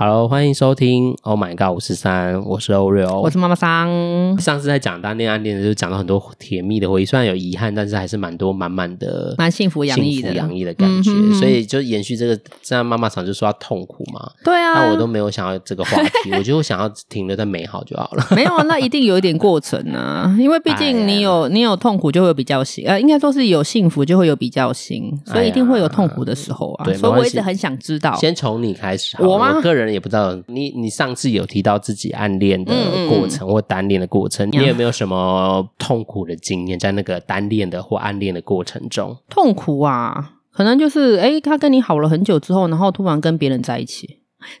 Hello，欢迎收听 Oh My God 五十三，我是欧瑞欧我。是妈妈桑，上次在讲单恋暗恋的时候，讲到很多甜蜜的回忆，虽然有遗憾，但是还是蛮多满满的蛮幸福洋溢的幸福洋溢的感觉。嗯哼所以就延续这个，这样妈妈常就说要痛苦嘛，对啊，那我都没有想要这个话题，我就想要停留在美好就好了。 没有，啊那一定有一点过程 啊，因为毕竟你有哎你有痛苦就会有比较心，呃，应该说是有幸福就会有比较心，所以一定会有痛苦的时候啊，哎哎呀对所以没我关一系直很想知道，先从你开始好了，我吗我个人也不知道，你你上次有提到自己暗恋的嗯嗯过程或单恋的过程，呀你有没有什么痛苦的经验在那个单恋的或暗恋的过程中？痛苦啊，可能就是哎、诶他跟你好了很久之后，然后突然跟别人在一起，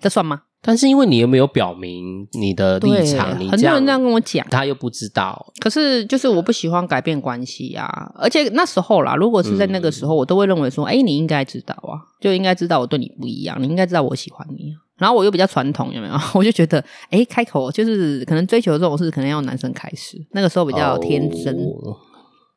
这算吗？但是因为你又没有表明你的立对，场，你很多人这样跟我讲。他又不知道，可是，就是我不喜欢改变关系啊，而且那时候啦，如果是在那个时候，我都会认为说，哎、你应该知道啊，就应该知道我对你不一样，你应该知道我喜欢你啊。然后我又比较传统，有没有？我就觉得，哎、开口就是可能追求这种事，可能要男生开始。那个时候比较天真，哦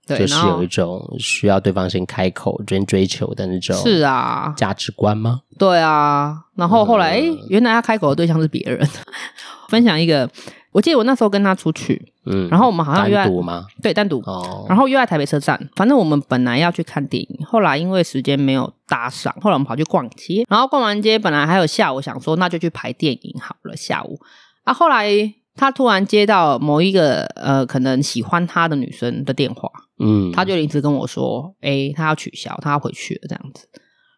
对，就是然后有一种需要对方先开口先追求的那种是啊，价值观吗？对啊，然后后呃来，哎、原来他开口的对象是别人。 分享一个，我记得我那时候跟他出去，嗯，然后我们好像约单在独吗？对，单独，哦，然后约在台北车站，反正我们本来要去看电影，后来因为时间没有搭上，后来我们跑去逛街，然后逛完街本来还有下午想说那就去排电影好了，下午啊，后来他突然接到某一个呃可能喜欢他的女生的电话，嗯，他就一直跟我说，诶、他要取消，他要回去了这样子，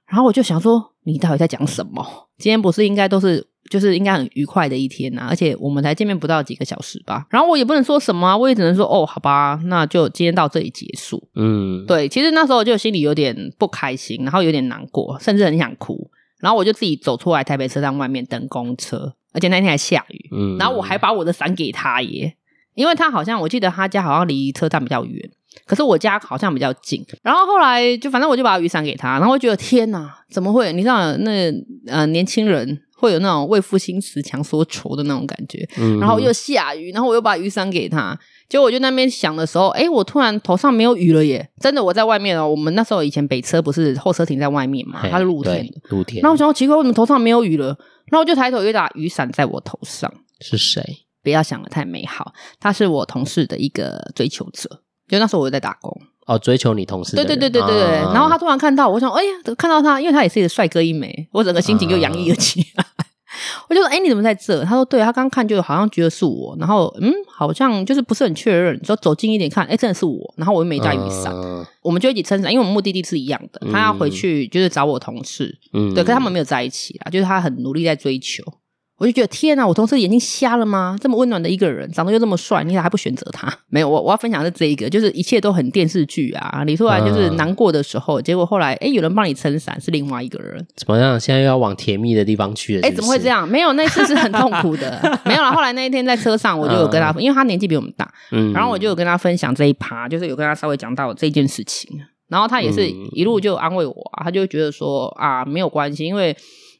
然后我就想说你到底在讲什么？今天不是应该都是。就是应该很愉快的一天呐、啊而且我们才见面不到几个小时吧，然后我也不能说什么、啊，我也只能说哦，好吧，那就今天到这里结束。嗯，对，其实那时候就心里有点不开心，然后有点难过，甚至很想哭。然后我就自己走出来台北车站外面等公车，而且那天还下雨，嗯，然后我还把我的伞给他耶，因为他好像我记得他家好像离车站比较远，可是我家好像比较近。然后后来就反正我就把雨伞给他，然后我觉得天哪，怎么会？你知道那呃年轻人会有那种为赋新词强说愁的那种感觉，嗯，然后又下雨，然后我又把雨伞给他。结果我就那边想的时候，哎，我突然头上没有雨了耶！真的，我在外面哦。我们那时候以前北车不是后车停在外面嘛，嘿它是露天的。对露天，然后我想说奇怪，为什么头上没有雨了？然后我就抬头，有一把雨伞在我头上。是谁？不要想的太美好，他是我同事的一个追求者。就那时候我在打工，哦，追求你同事的对人，对对对对对。啊然后他突然看到我，我想，哎呀，看到他，因为他也是一个帅哥一枚，我整个心情就洋溢啊了起来。 我就说，哎、你怎么在这？他说，对，他刚看就好像觉得是我，然后嗯，好像就是不是很确认，说走近一点看，哎、真的是我。然后我又没带雨伞，嗯我们就一起撑伞，因为我们目的地是一样的。他要回去就是找我同事，嗯，对，可是他们没有在一起啊，就是他很努力在追求。我就觉得天啊哪，我同事眼睛瞎了吗？这么温暖的一个人，长得又这么帅，你咋还不选择他？ 没有，我我要分享的是这一个，就是一切都很电视剧啊。你突然就是嗯难过的时候，结果后来哎，有人帮你撑伞是另外一个人，怎么样？现在又要往甜蜜的地方去了？哎，怎么会这样？样？没有，那一次是很痛苦的。 没有了，后来那一天在车上，我就有跟他，因为他年纪比我们大，嗯，然后我就有跟他分享这一趴，就是有跟他稍微讲到这件事情，然后他也是嗯一路就安慰我、啊，他就会觉得说啊没有关系，因为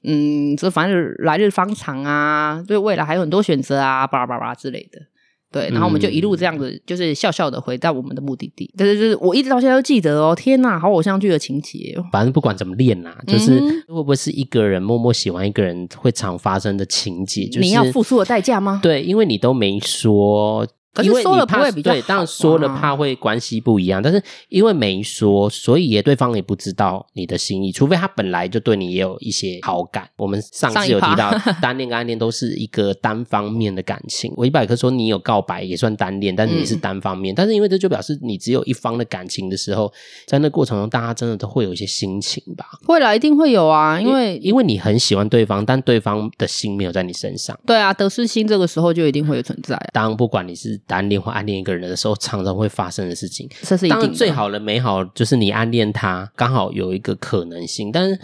嗯，这反正来日方长啊，对未来还有很多选择啊，巴拉巴拉之类的。嗯对，然后我们就一路这样子，就是笑笑的回到我们的目的地。但是就是我一直到现在都记得哦，天呐，好偶像剧的情节哦。反正不管怎么练啦、嗯就是会不会是一个人默默喜欢一个人会常发生的情节，就是你要付出的代价吗？对，因为你都没说。可是因为你说了怕不会比较对，当然好说了啊怕会关系不一样，但是因为没说，所以也对方也不知道你的心意，除非他本来就对你也有一些好感。我们上上次一有提趴到 单恋跟暗恋都是一个单方面的感情。我一百科说你有告白也算单恋，但是你是嗯单方面，但是因为这就表示你只有一方的感情的时候，在那过程中大家真的都会有一些心情吧。会啦，一定会有啊，因为因为你很喜欢对方，但对方的心没有在你身上。对啊，得失心这个时候就一定会有存在啊，当不管你是单恋或暗恋一个人的时候，常常会发生的事情。这是一当定的然，最好的美好就是你暗恋他，刚好有一个可能性，但是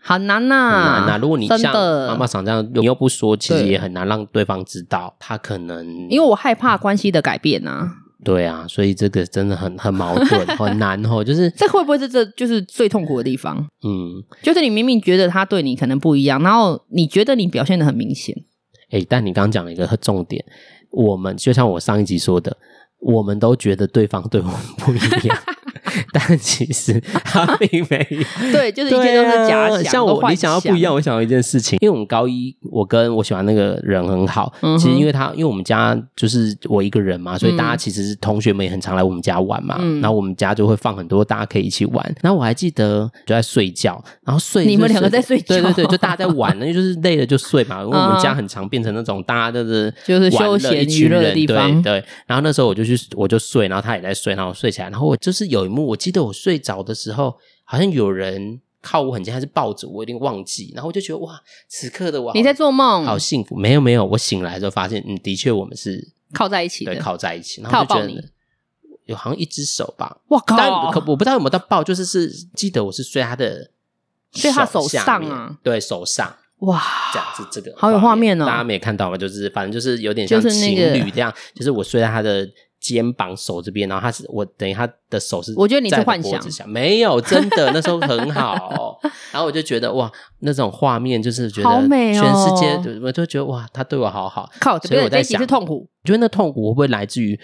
好难呐、很难啊。如果你真像的妈妈想这样，你又不说，其实对也很难让对方知道他可能因为我害怕关系的改变啊。对啊，所以这个真的很很矛盾，很难哦。 就是这会不会是这就是最痛苦的地方？嗯，就是你明明觉得他对你可能不一样，然后你觉得你表现的很明显，哎，但你刚刚讲了一个重点，我们就像我上一集说的，我们都觉得对方对我们不一 样，但其实他并没有。对，就是一切都是假对想，啊像都我，幻你想要不一样，我想要一件事情。因为我们高一，我跟我喜欢那个人很好。嗯哼其实因为他，因为我们家就是我一个人嘛，所以嗯大家其实同学们也很常来我们家玩嘛。嗯然后我们家就会放很多大家可以一起玩。然后我还记得就在睡觉，然后睡你们就是两个在睡觉对嗯对对，就大家在玩，那就是累了就睡嘛。因为我们家很常变成那种大家就是就是玩休了闲一群娱乐的人地方对对。然后那时候我就去我就睡，然后他也在睡，然后我睡起来，然后我就是有一幕，我记得我睡着的时候。好像有人靠我很近，还是抱着我，我有点忘记。然后我就觉得哇，此刻的我好你在做梦，好幸福。没有没有，我醒来之后发现，嗯，的确我们是靠在一起对的。靠在一起，然他后有就觉抱得你有好像一只手吧，哇靠！但可我不知道有没有到抱，就是是记得我是睡他的睡他手下上面啊，对手上。哇，这样子，这个好有画面哦大家没看到吗？就是反正就是有点像就是情那个侣这样，就是我睡在他的肩膀手这边，然后他是我等于他的手是，我觉得你是幻想想，没有真的那时候很 好，然后我就觉得哇，那种画面就是觉好得美哦全世界，我就觉得哇，他对我好好，靠！所以我这在一集想是痛苦，觉得那痛苦会不会来自于？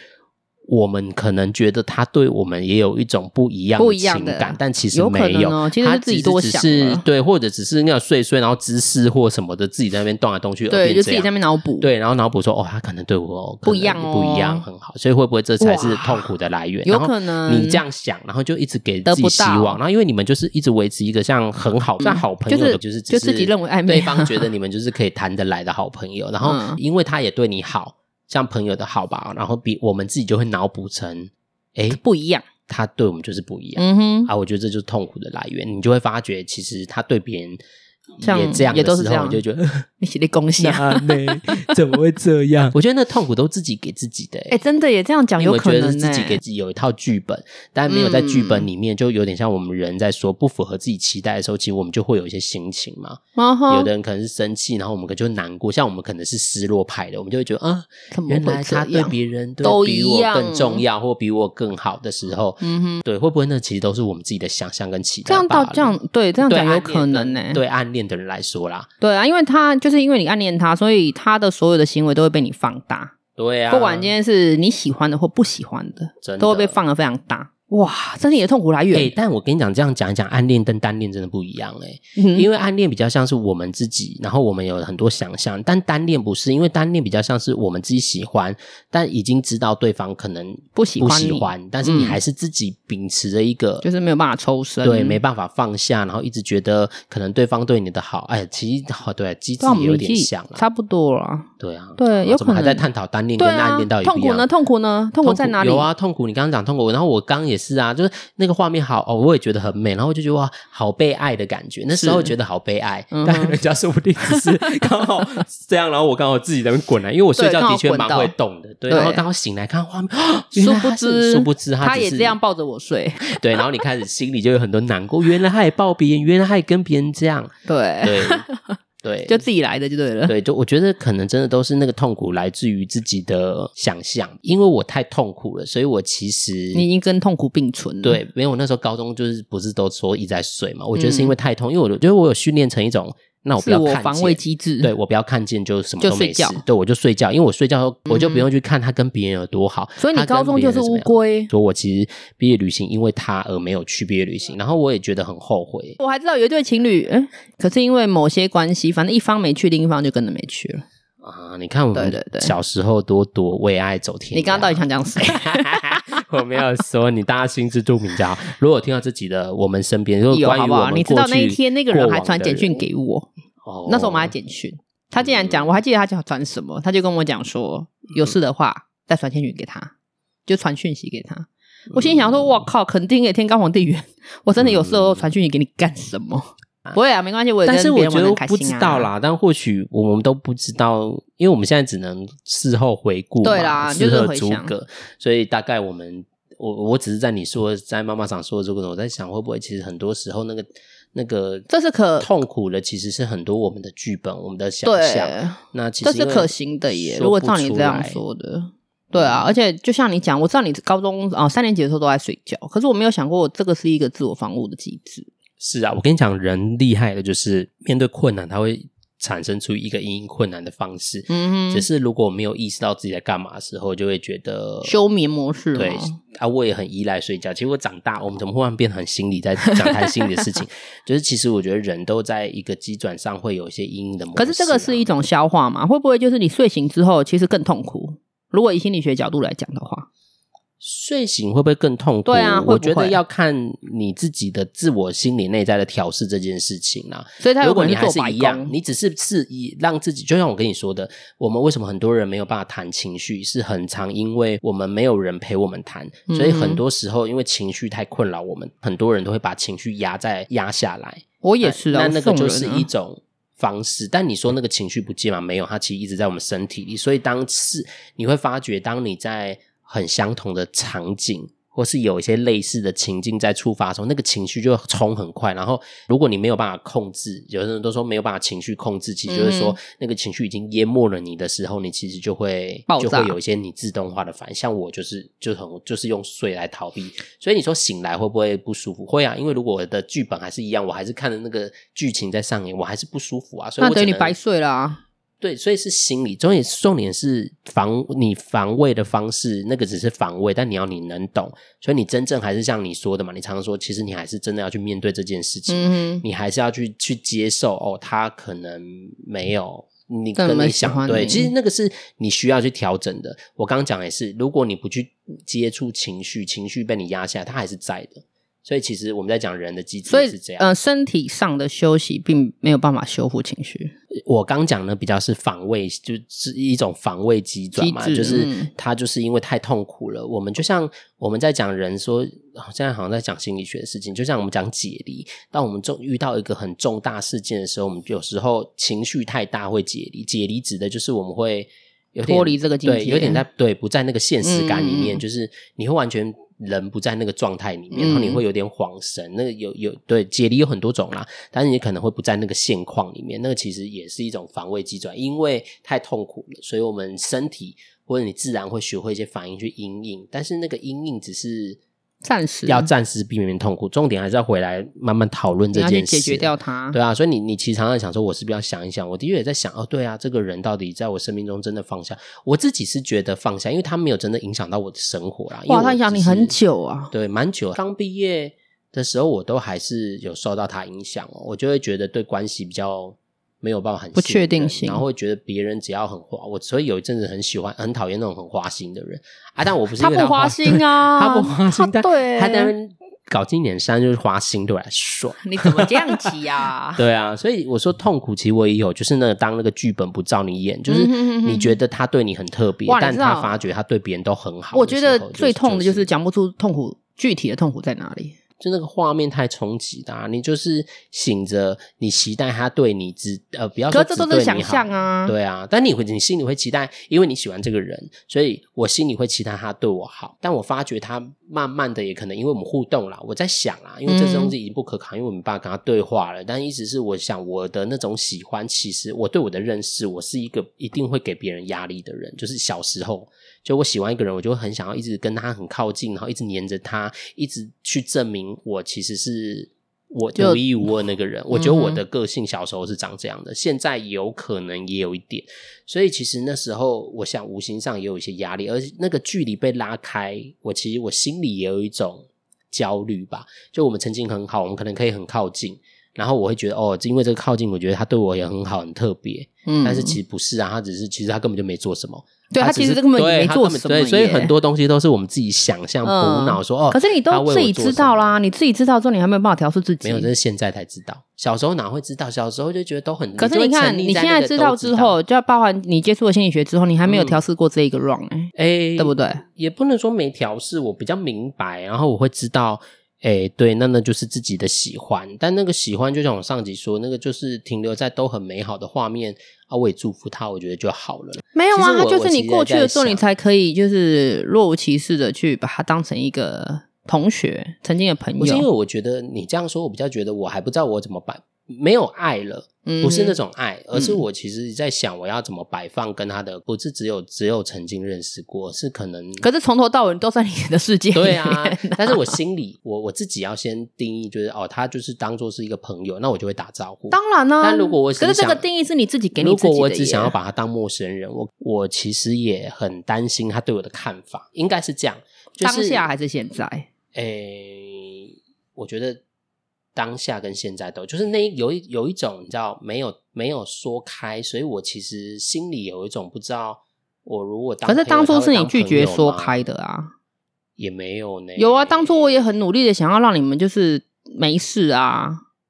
我们可能觉得他对我们也有一种不一样不的一样情的感，但其实有可没有，能哦其实他是自己其实多只想是了对，或者只是那样睡一睡，然后姿势或什么的，自己在那边动来动去，而哦对，变就这自己样在那边脑补。，对，然后脑补说哦，他可能对我可不一能样不一样，哦很好，所以会不会这才是哇痛苦的来源？有然后可能你这样想，然后就一直给嗯得自己不希到嗯望，然后因为你们就是一直维持一个像很好、像好朋友就是的，就是只就自己是认为暧昧对啊方觉得你们就是可以谈得来的好朋友，然后嗯因为他也对你好，像朋友的好吧，然后比我们自己就会脑补成，哎，不一样。他对我们就是不一样。嗯哼，啊，我觉得这就是痛苦的来源。你就会发觉，其实他对别人像也这样嗯也的都是时这候，样你就觉得 你写的恭喜啊！哪 妹怎么会这样？我觉得那痛苦都自己给自己的、欸。哎，真的耶，这样讲因有为可觉得能是自己呢给自己有一套剧本，但没有在剧本嗯里面，就有点像我们人在说不符合自己期待的时候，其实我们就会有一些心情嘛。啊哈有的人可能是生气，然后我们可能就难过，像我们可能是失落派的，我们就会觉得啊，怎么原会来他这对样？别人对都比一我样更重要，或比我更好的时候，嗯哼，对，会不会那其实都是我们自己的想象跟期待这罢样了？到这样对这样对讲有暗恋可能欸的呢。对暗恋的人来说啦，对啊，因为他就是因为你暗恋他，所以他的所有的行为都会被你放大，对啊，不管今天是你喜欢的或不喜欢的，真的都会被放的非常大。哇，这是你的痛苦来哎、源。但我跟你讲，这样讲一讲，暗恋跟单恋真的不一样哎、嗯因为暗恋比较像是我们自己，然后我们有很多想象，但单恋不是，因为单恋比较像是我们自己喜欢，但已经知道对方可能不喜不欢喜你欢，但是你嗯还是自己秉持着一个就是没有办法抽身，对，没办法放下，然后一直觉得可能对方对你的好，哎，其实好对、机制啊跟我们也有年点纪像啦，差不多了。对啊，对有怎么可还在能探讨单恋对跟啊暗恋到，底不痛一苦样呢？痛苦呢？痛苦在哪里？有啊，痛苦。你刚刚讲痛苦，然后我刚刚也是啊，就是那个画面好哦，我也觉得很美，然后我就觉得哇，好被爱的感觉。那时候觉得好被爱，嗯哼但人家说不定只是刚好这样，然后我刚好自己在那边滚来，因为我睡对觉的刚好确蛮滚到会动的，对。对然后刚好醒来看画面， 殊原来不他是知，殊不知他他只也是这样抱着我睡。 对，然后你开始心里就有很多难过，原来他也抱别人，原来他也跟别人这 样，对，对对，就自己来的就对了。对，就我觉得可能真的都是那个痛苦来自于自己的想象，因为我太痛苦了，所以我其实你已经跟痛苦并存了。对，没有我那时候高中就是不是都说一直在睡嘛？我觉得是因为太痛，因为我觉得我有训练成一种，那我不嗯自要我看防见卫机制。对，我不要看见就什么就都没睡事觉，嗯对我就睡觉，因为我睡觉我就不用去看他跟别人有多好。所以你他跟高中别就人是怎么乌样。龟。说我其实毕业旅行因为他而没有去毕业旅行，然后我也觉得很后悔。我还知道有一对情侣，啊哎，可是因为某些关系，反正一方没去，另一方就跟着没去了。啊，你看我们对对对小时候多多为爱走天涯。 你刚刚到底想讲谁？我没有说你，大家心知肚明就好。如果有听到这集的，我们身边如果有关于好不我们好？你知过道那一去天那个过人还往传的简讯人，给我，哦嗯那时候我们还简讯，他竟然讲，我还记得他讲传什么，他就跟我讲说，有事的话再传简讯给他，就传讯息给他。嗯我心里想说，哇靠，肯定也天高皇帝远，我真的有时候传讯息给你干什么？不会啊，没关系，我也但是跟别我人觉玩得得很开不心知啊道。啦，但或许我们都不知道，因为我们现在只能事后回顾嘛，对啦事就是后回诸想葛，所以大概我们，我我只是在你说在妈妈上说的这个，我在想会不会其实很多时候那个那个这是可痛苦的，其实是很多我们的剧本，我们的想象。对，那其这实是因为可行的耶。说如果不照你出这样来嗯说的，对啊，而且就像你讲，我知道你高中啊、三年级的时候都在睡觉，可是我没有想过这个是一个自我防护的机制。是啊，我跟你讲，人厉害的就是面对困难，他会产生出一个因应困难的方式。嗯只哼，是如果没有意识到自己在干嘛的时候，就会觉得休眠模式对嘛啊，我也很依赖睡觉。其实我长大，我们怎么忽然变得很心理在讲谈心理的 事情？就是其实我觉得人都在一个基转上会有一些阴影的模式啊、可是这个是一种消化嘛？会不会就是你睡醒之后其实更痛苦？如果以心理学角度来讲的话，睡醒会不会更痛苦？对啊会不会我觉得要看你自己的自我心理内在的调试这件事情啊啦、所以他如有可果能你还做是白一样，工。你只是是以让自己，就像我跟你说的，我们为什么很多人没有办法谈情绪，是很常因为我们没有人陪我们谈，嗯所以很多时候因为情绪太困扰我们，很多人都会把情绪压在压下来。我也是那啊，那那个我送就人是啊一种方式。但你说那个情绪不见吗？没有，它其实一直在我们身体里。所以当是你会发觉，当你在很相同的场景。或是有一些类似的情境在触发的时候，那个情绪就会冲很快。然后，如果你没有办法控制，有的人都说没有办法情绪控制，其实就是说、嗯那个情绪已经淹没了你的时候，你其实就会爆就炸会有一些你自动化的反应。像我就是就很就是用睡来逃避，所以你说醒来会不会不舒服？会啊，因为如果我的剧本还是一样，我还是看着那个剧情在上演，我还是不舒服啊。所以那我只等于你能白睡了啊。对，所以是心理，重点重点是防你防卫的方式，那个只是防卫，但你要你能懂，所以你真正还是像你说的嘛，你常常说，其实你还是真的要去面对这件事情，嗯哼，你还是要去去接受哦，他可能没有你真的跟没你喜想欢对，你其实那个是你需要去调整的。我刚刚讲也是，如果你不去接触情绪，情绪被你压下来，它还是在的。所以其实我们在讲人的机制所也以是这样。呃，身体上的休息并没有办法修复情绪。我刚讲的比较是防卫，就是一种防卫机转嘛，机制就是嗯他就是因为太痛苦了。我们就像我们在讲人说，哦现在好像在讲心理学的事情，就像我们讲解离。当我们重遇到一个很重大事件的时候，我们有时候情绪太大会解离。解离指的就是我们会有点脱离这个境界对，有点在对不在那个现实感里面，嗯嗯嗯就是你会完全。人不在那个状态里面，嗯然后你会有点恍神。那个有有对解离有很多种啦，但是你可能会不在那个现况里面，那个其实也是一种防卫机转，因为太痛苦了，所以我们身体或者你自然会学会一些反应去阴应，但是那个阴应只是暂时啊要暂时避免痛苦，重点还是要回来慢慢讨论你这要去件事，解决掉它。对啊，所以你你其实常常想说，我是不是要想一想？我的确也在想，哦，对啊，这个人到底在我生命中真的放下？我自己是觉得放下，因为他没有真的影响到我的生活啦。因为哇，我他影响只你是很久啊。对，蛮久。刚毕业的时候，我都还是有受到他影响哦，我就会觉得对关系比较没有办法很不信任确定性然后会觉得别人只要很花，我所以有一阵子很喜欢、很讨厌那种很花心的人啊。但我不是因他为不花花心啊，他不花心，但对， 他在那边搞经典山就是花心，对我来说。？你怎么这样子呀对啊，所以我说痛苦，其实我也有，就是那个当那个剧本不照你演， 就是嗯哼哼哼你觉得他对你很特别哇，你但知道他发觉 他对别人都很好的时候。 我觉得最痛的就就是讲不出痛苦具体的痛苦在哪里。就那个画面太冲击啦、你就是醒着，你期待他对你只呃不要可说是这只都是对想你好象啊，对啊，但你会你心里会期待，因为你喜欢这个人，所以我心里会期待他对我好。但我发觉他慢慢的也可能因为我们互动啦，我在想啦，因为这东西已经不可抗，因为我们爸跟他对话了。但一直是我想我的那种喜欢，其实我对我的认识，我是一个一定会给别人压力的人。就是小时候，就我喜欢一个人，我就会很想要一直跟他很靠近，然后一直黏着他，一直去证明我其实是。我就独一无二那个人，我觉得我嗯哼的个性小时候是长这样的，现在有可能也有一点，所以其实那时候，我想无形上也有一些压力，而那个距离被拉开，我其实我心里也有一种焦虑吧。就我们曾经很好，我们可能可以很靠近，然后我会觉得哦，因为这个靠近，我觉得他对我也很好，很特别。嗯但是其实不是啊，他只是其实他根本就没做什么，对他只其实是根本也对没他做根本什么耶，对，所以很多东西都是我们自己想象补嗯脑说哦，可是你他都为我自己做知什么道啦，你自己知道之后，你还没有办法调试自己。没有，这是现在才知道。小时候哪会知道？小时候就觉得都很。可是就会你看，沉溺你在现那在个知都道知之，后，就要包含你接触了心理学之后，你还没有嗯调试过这一个 wrong 哎、哎、对不对？也不能说没调试，我比较明白，然后我会知道，哎，对，那那就是自己的喜欢，但那个喜欢就像我上集说，那个就是停留在都很美好的画面啊，我也祝福他，我觉得就好了。没有其，啊实它我就是你过去的时候，我其实也在想你才可以就是若无其事的去把它当成一个同学、曾经的朋不是因为友。我觉得你这样说，我比较觉得我还不知道我怎么办。没有爱了。嗯不是那种爱，而是我其实在想我要怎么摆放跟他的，不是只有只有曾经认识过，是可能可是从头到尾都在你的世界里面。对啊，但是我心里我我自己要先定义，就是哦，他就是当做是一个朋友，那我就会打招呼。当然啦、但如果我只可是这想个定义是你自己给你如自己果的耶。我只想要把他当陌生人，我我其实也很担心他对我的看法，应该是这样。就是、当下还是现在，诶，我觉得当下跟现在都就是那一有一有一种你知道没有没有说开，所以我其实心里有一种不知道，我如果当可是当当初是你拒绝说开的啊。也没有呢。有啊，当初我也很努力的想要让你们就是没事啊，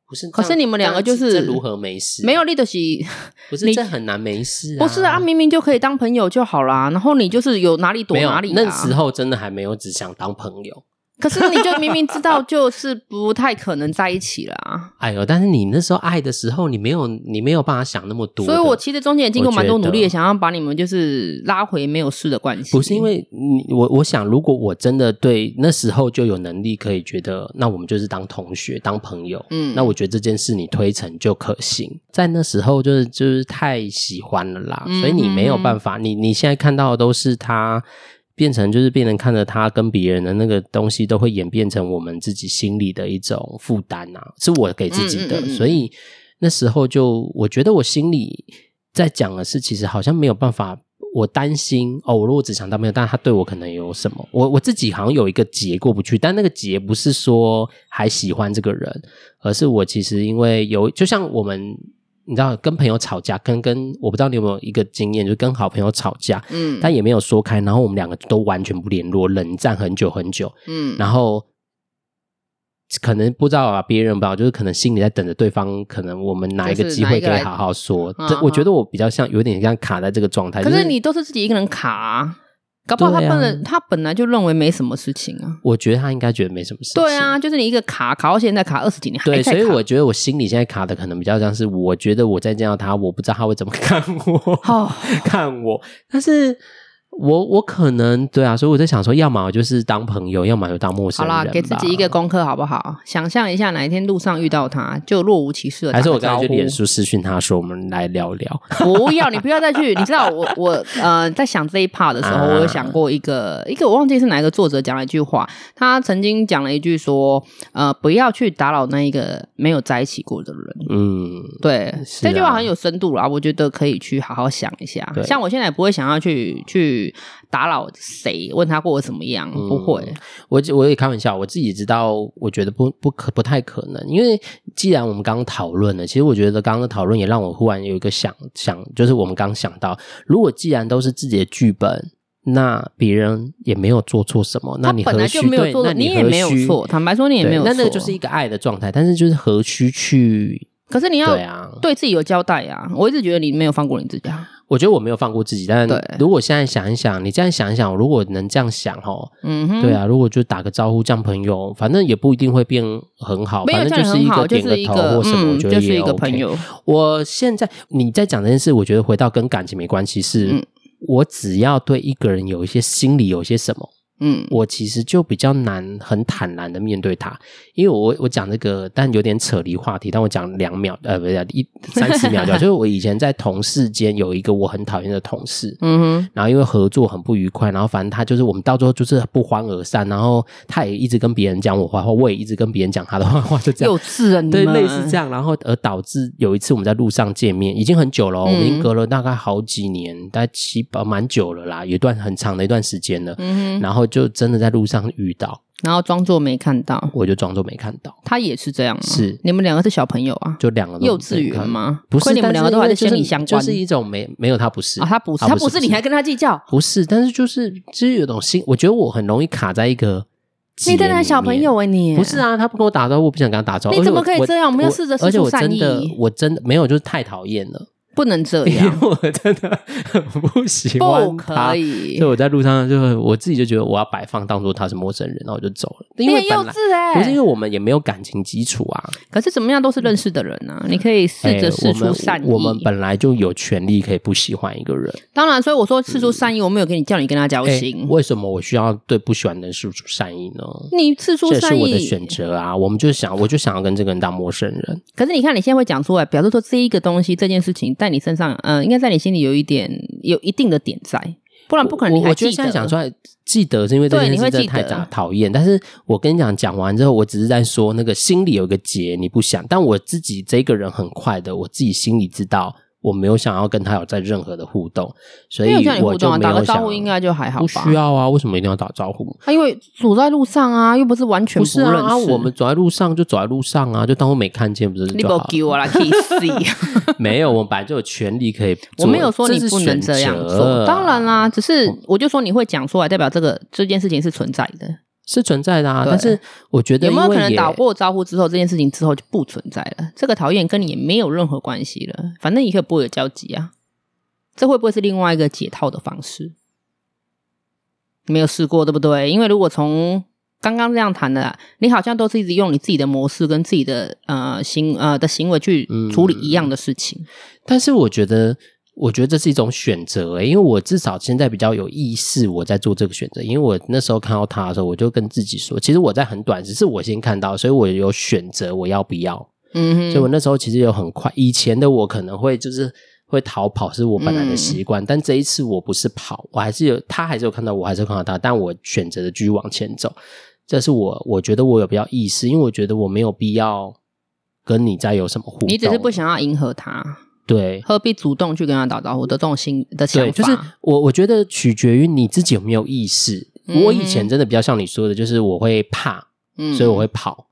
不是这样，可是你们两个这样就是这如何没事？啊没有，立德喜，不是你这很难没事、啊，不是啊，明明就可以当朋友就好啦。然后你就是有哪里躲没有哪里、啊，那时候真的还没有只想当朋友。可是你就明明知道就是不太可能在一起了啊。哎呦，但是你那时候爱的时候，你没有你没有办法想那么 多的，所以我其实中间也经过蛮多我觉得努力的，想要把你们就是拉回没有事的关系。不是因为你我我想，如果我真的对那时候就有能力，可以觉得那我们就是当同学、当朋友，嗯那我觉得这件事你推成就可行。在那时候就是就是太喜欢了啦，嗯所以你没有办法，你你现在看到的都是他。变成就是变成看着他跟别人的那个东西，都会演变成我们自己心里的一种负担啊，是我给自己的，嗯嗯嗯嗯所以那时候就我觉得我心里在讲的是，其实好像没有办法，我担心哦，我如果只想当朋友，但他对我可能有什么，我我自己好像有一个结过不去，但那个结不是说还喜欢这个人，而是我其实因为有，就像我们。你知道跟朋友吵架，跟跟我不知道你有没有一个经验，就是跟好朋友吵架，嗯但也没有说开，然后我们两个都完全不联络，冷战很久很久，嗯然后可能不知道啊，别人吧，就是可能心里在等着对方，可能我们哪一个就是机哪会一个可以来好好说。嗯这我觉得我比较像有点像卡在这个状态，可就是你都是自己一个人卡、啊，搞不好他对本啊来、他本来就认为没什么事情啊。我觉得他应该觉得没什么事情。对啊，就是你一个卡卡到现在卡二十几年，还对，在所以卡我觉得我心里现在卡的可能比较像是，我觉得我再见到他，我不知道他会怎么 看我。 哦，看我，但是我我可能对啊，所以我在想说，要么我就是当朋友，要么就当陌生好人吧。啦，给自己一个功课好不好？想象一下哪一天路上遇到他，就若无其事的还打是个我刚招才呼。去脸书私讯他说，我们来聊聊。不要，你不要再去。 你知道我我呃，在想这一 part 的时候，啊我有想过一个一个我忘记是哪一个作者讲了一句话，他曾经讲了一句说，呃，不要去打扰那一个没有在一起过的人。嗯，对，是这句啊话很有深度啦，我觉得可以去好好想一下对。像我现在也不会想要去去打扰谁，问他过得怎么样，嗯不会。我我也开玩笑，我自己知道，我觉得不不可不太可能，因为既然我们刚刚讨论了，其实我觉得刚刚的讨论也让我忽然有一个想想，就是我们刚想到，如果既然都是自己的剧本。那别人也没有做错什么，那他你本何来须就没有对做那的，你你也何没有须错。坦白说，你也对没有错。那那个就是一个爱的状态，但是就是何须去？可是你要对啊，对自己有交代啊！我一直觉得你没有放过你自己啊。我觉得我没有放过自己，但对如果现在想一想，你这样想一想，如果能这样想哦，嗯哼，对啊，如果就打个招呼，这样朋友，反正也不一定会变很好，没有反这正样就是很一个好，就点是个一头个或什么，我嗯，觉就得是也一个 OK 朋。友。我现在你在讲这件事，我觉得回到跟感情没关系，是、嗯我只要对一个人有一些心里有一些什么，嗯，我其实就比较难很坦然的面对他，因为我我讲这个，但有点扯离话题，但我讲两秒，呃，不是一三十 秒就好，就是我以前在同事间有一个我很讨厌的同事，嗯然后因为合作很不愉快，然后反正他就是我们到最后就是不欢而散，然后他也一直跟别人讲我坏话，我也一直跟别人讲他的坏话，就这哼，样。幼稚啊，你对，们类似这样，然后而导致有一次我们在路上见面，已经很久了哦、我们已经嗯隔了大概好几年，大概七八蛮久了啦，有一段很长的一段时间了。嗯哼，然后就真的在路上遇到，然后装作没看到，我就装作没看到，他也是这样吗，啊是嗯你们两个是小朋友啊，就两个都幼稚没看园？吗？不是，亏你们两个都还在心理相就关是就是一种没没有他不是啊，他不是，啊他不不是是，你还跟他计较？不是，但是就是就是有一种心，我觉得我很容易卡在一个结你真的很里小面朋友哎，你不是啊，他不跟我打招呼，我不想跟他打招呼。你而且怎么可以我这样我们要试着而且施出我善真的意，我真的没有，就是太讨厌了。不能这 因为样，我真的很不喜啊不欢他可。以所以，我在路上就会我自己就觉得我要摆放当做他是陌生人，然后我就走了。因为你很本幼来稚哎、不是因为我们也没有感情基础啊，可是怎么样都是认识的人啊，你可以试着哎试出善意。我们。我们本来就有权利可以不喜欢一个人。当然，所以我说试出善意，我没有跟你叫你跟他交嗯哎心。为什么我需要对不喜欢的人输出善意呢？你试出这也是善我的意，选择啊！我们就想，我就想要跟这个人当陌生人。可是你看你现在会讲出来，表示说这一个东西这件事情在你身上，呃，应该在你心里有一点有一定的点在，不然不可能你我还我觉得记得。现在讲出来，记得是因为这对件你事会真的记太得讨讨厌。但是我跟你讲，讲完之后，我只是在说那个心里有个结，你不想。但我自己这个人很快的，我自己心里知道，我没有想要跟他有在任何的互动，所以没有叫你我互就动啊，没打有个想招呼应该就还好吧？不需要啊，为什么一定要打招呼？啊，因为走在路上啊，又不是完全不认识。是啊，啊我们走在路上就走在路上啊，就当我没看见，不是你就好不要了？给我啦 k i s 没有，我本来就有权利可以做。 我没有说你是不能这样选做，择当然啦，只是我就说你会讲出来，代表这个这件事情是存在的。是存在的啊。对但是我觉得有没有因为可能也打过招呼之后，这件事情之后就不存在了？这个讨厌跟你也没有任何关系了，反正你可以不会有交集啊。这会不会是另外一个解套的方式？没有试过，对不对？因为如果从刚刚这样谈的啊，你好像都是一直用你自己的模式跟自己的呃行呃的行为去嗯处理一样的事情。但是我觉得，我觉得这是一种选择、欸，因为我至少现在比较有意识，我在做这个选择。因为我那时候看到他的时候，我就跟自己说，其实我在很短，只是我先看到，所以我有选择我要不要。嗯哼，所以我那时候其实有很快，以前的我可能会就是。会逃跑是我本来的嗯习惯，但这一次我不是跑，我还是有他还是有看到我，还是有看到他，但我选择的继续往前走。这是我我觉得我有比较意识，因为我觉得我没有必要跟你再有什么互动。你只是不想要迎合他，对，何必主动去跟他打招呼的这种心的想对，法？就是我我觉得取决于你自己有没有意识。嗯我以前真的比较像你说的，就是我会怕，嗯所以我会跑。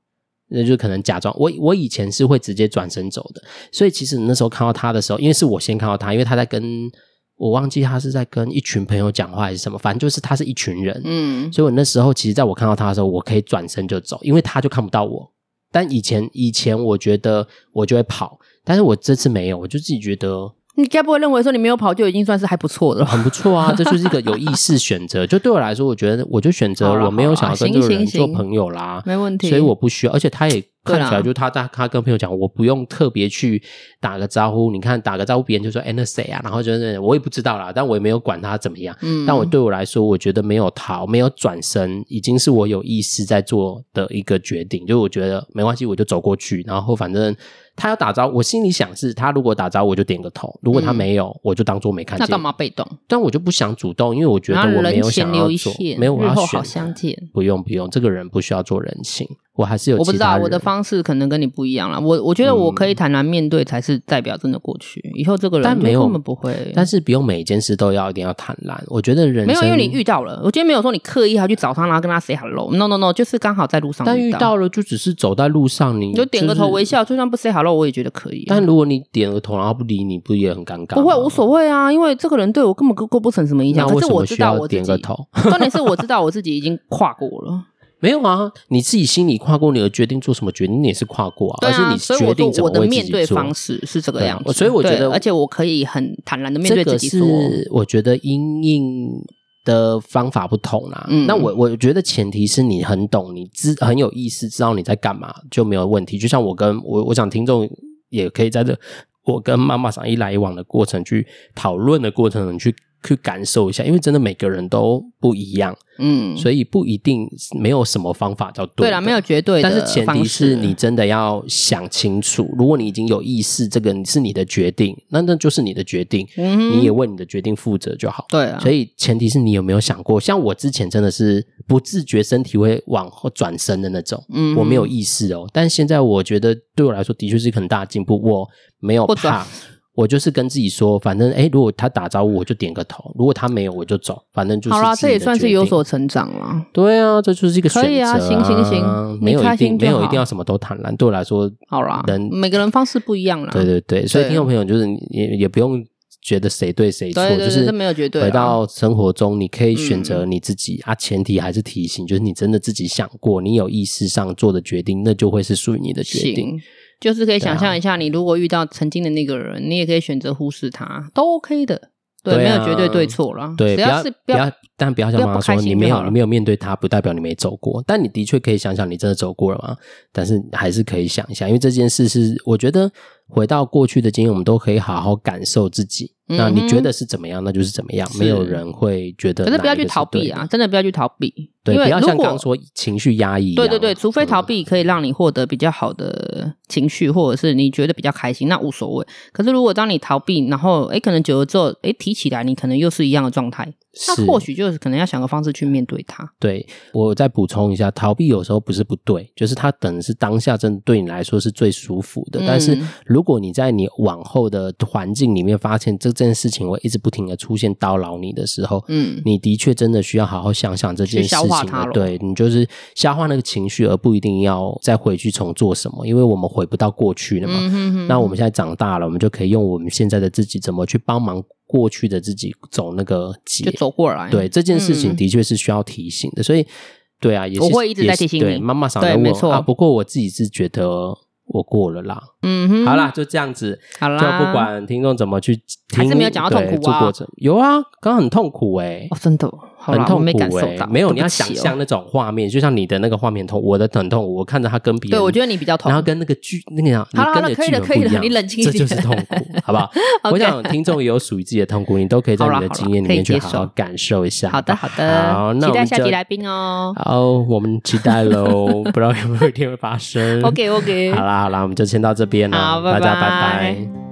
那就可能假装我我以前是会直接转身走的，所以其实那时候看到他的时候，因为是我先看到他，因为他在跟我忘记他是在跟一群朋友讲话还是什么，反正就是他是一群人，嗯所以我那时候其实在我看到他的时候，我可以转身就走，因为他就看不到我。但以前以前我觉得我就会跑，但是我这次没有，我就自己觉得你该不会认为说你没有跑就已经算是还不错的了吧？很不错啊，这就是一个有意识选择。就对我来说，我觉得我就选择好啦我没有想要跟这个人做好啦行行行朋友啦， 没问题。所以我不需要。而且他也对看啦起来，就他他他跟朋友讲，我不用特别去打个招呼。你看打个招呼，别人就说哎那谁啊，然后就是我也不知道啦，但我也没有管他怎么样。嗯但我对我来说，我觉得没有逃，没有转身，已经是我有意识在做的一个决定。就是我觉得没关系，我就走过去，然后反正他要打招呼，我心里想是他如果打招呼，我就点个头；如果他没有，我就当做没看嗯那见。干嘛被动？但我就不想主动，因为我觉然得后我没人有前想留要一做线，，没有我日要后选好的。相见。不用不用，这个人不需要做人情，我还是有我不其知他道人。嗯我的方式可能跟你不一样啦。我我觉得我可以坦然面对，才是代表真的过去。以后这个人但就没有根本不会，但是不用每一件事都要一定要坦然。我觉得人没有，生因为你遇到了。我觉得没有说你刻意还去找他，然后跟他 say hello。No no no，就是刚好在路上但遇遇到了就只是走在路上，你你就点个头是微笑，就算不 say hello，我也觉得可以啊。但如果你点个头然后不理你，不也很尴尬吗？不会无所谓啊，因为这个人对我根本构构不成什么影响。那可为是什我么知需要道我自点个己，头？重点是我知道我自己已经跨过了。没有啊，你自己心里跨过你的决定做什么决定，你也是跨过啊，对啊， 而是所你以我决定说怎我么的为自面己对做方式是这个对啊样子，我所以我觉对得而且我可以很坦然的面对自己说，这个是我觉得因应的方法不同啦。嗯那我我觉得前提是你很懂，你知很有意识，知道你在干嘛就没有问题。就像我跟我我想听众也可以在这我跟妈妈上一来一往的过程去讨论的过程，你去去感受一下，因为真的每个人都不一样，嗯，所以不一定没有什么方法叫对对的。啦，没有绝对的但方是式，前提是你真的要想清楚，如果你已经有意识，这个是你的决定，那那就是你的决定，嗯哼你也为你的决定负责就好。对啊，所以前提是你有没有想过，像我之前真的是不自觉身体会往后转身的那种，嗯我没有意识哦。但现在我觉得对我来说的确是一个很大的进步，我没有不转怕。我就是跟自己说，反正诶，如果他打招呼我就点个头，如果他没有我就走，反正就是好啦，自己这也的算是决有定所成长啦。对啊，这就是一个选择、可以啊行行行没有你开一心定就没好有一定要什么都坦然。对我来说，好啦，人每个人方式不一样啦，对对对，所以对听众朋友就是你也也不用觉得谁对谁错，对对对就是这没有绝对啊嗯回到生活中，你可以选择你自己、啊，前提还是提醒，就是你真的自己想过，你有意识上做的决定，那就会是属于你的决定。啊行，就是可以想象一下，你如果遇到曾经的那个人，你也可以选择忽视他，都 OK 的。对，对啊没有绝对对错啦。对，只不要要是不要，但不要像不要妈妈不开说心你就没好有了你没有面对它，不代表你没走过。但你的确可以想想你真的走过了吗？但是还是可以想一下，因为这件事是我觉得回到过去的经验，我们都可以好好感受自己。那嗯你哼觉得是怎么样，那就是怎么样，没有是人会觉得。可是不要去逃避啊！，真的不要去逃避，对，因不为要如像刚果刚说情绪压抑一样。对对对，除非逃嗯避可以让你获得比较好的情绪，或者是你觉得比较开心，那无所谓。可是如果当你逃避，然后诶可能久了之后，诶提起来你可能又是一样的状态，那是或许就是可能要想个方式去面对它。对我再补充一下，逃避有时候不是不对，就是它可能是当下真的对你来说是最舒服的。嗯但是如果你在你往后的环境里面发现这件事情会一直不停的出现叨扰你的时候，嗯，你的确真的需要好好想想这件事去消化情它了咯。对你就是消化那个情绪，而不一定要再回去重做什么，因为我们回不到过去了嘛。嗯哼哼那我们现在长大了，我们就可以用我们现在的自己怎么去帮忙过去的自己走那个结就。走过来。对这件事情嗯的确是需要提醒的，所以对啊，也是我会一直在提醒也是你对，妈妈常常对问没我错啊，不过我自己是觉得我过了啦。嗯哼，好啦，就这样子，好啦，就不管听众怎么去听，还是没有讲到痛苦啊对做过程有啊，刚刚很痛苦哎、哦，真的哦，好啦很痛我苦没感受哎、到，没有，对不你要起想哦象。那种画面，就像你的那个画面痛，我的很痛苦，我看着他跟别人，对，我觉得你比较痛然后。跟那个剧那个好你跟了好了可以剧了本可以不一了样你冷静一这就是点痛苦，好不 好？我 OK 想听众也有属于自己的痛苦，你都可以在好你啦的好啦经验里可以面去接好好受感受一下。好的，好的，好那期我待们下就集来宾哦。好，我们期待喽，不知道有没有一天会发生。 OK OK，好啦好啦，我们就先到这边了，好大拜家拜拜拜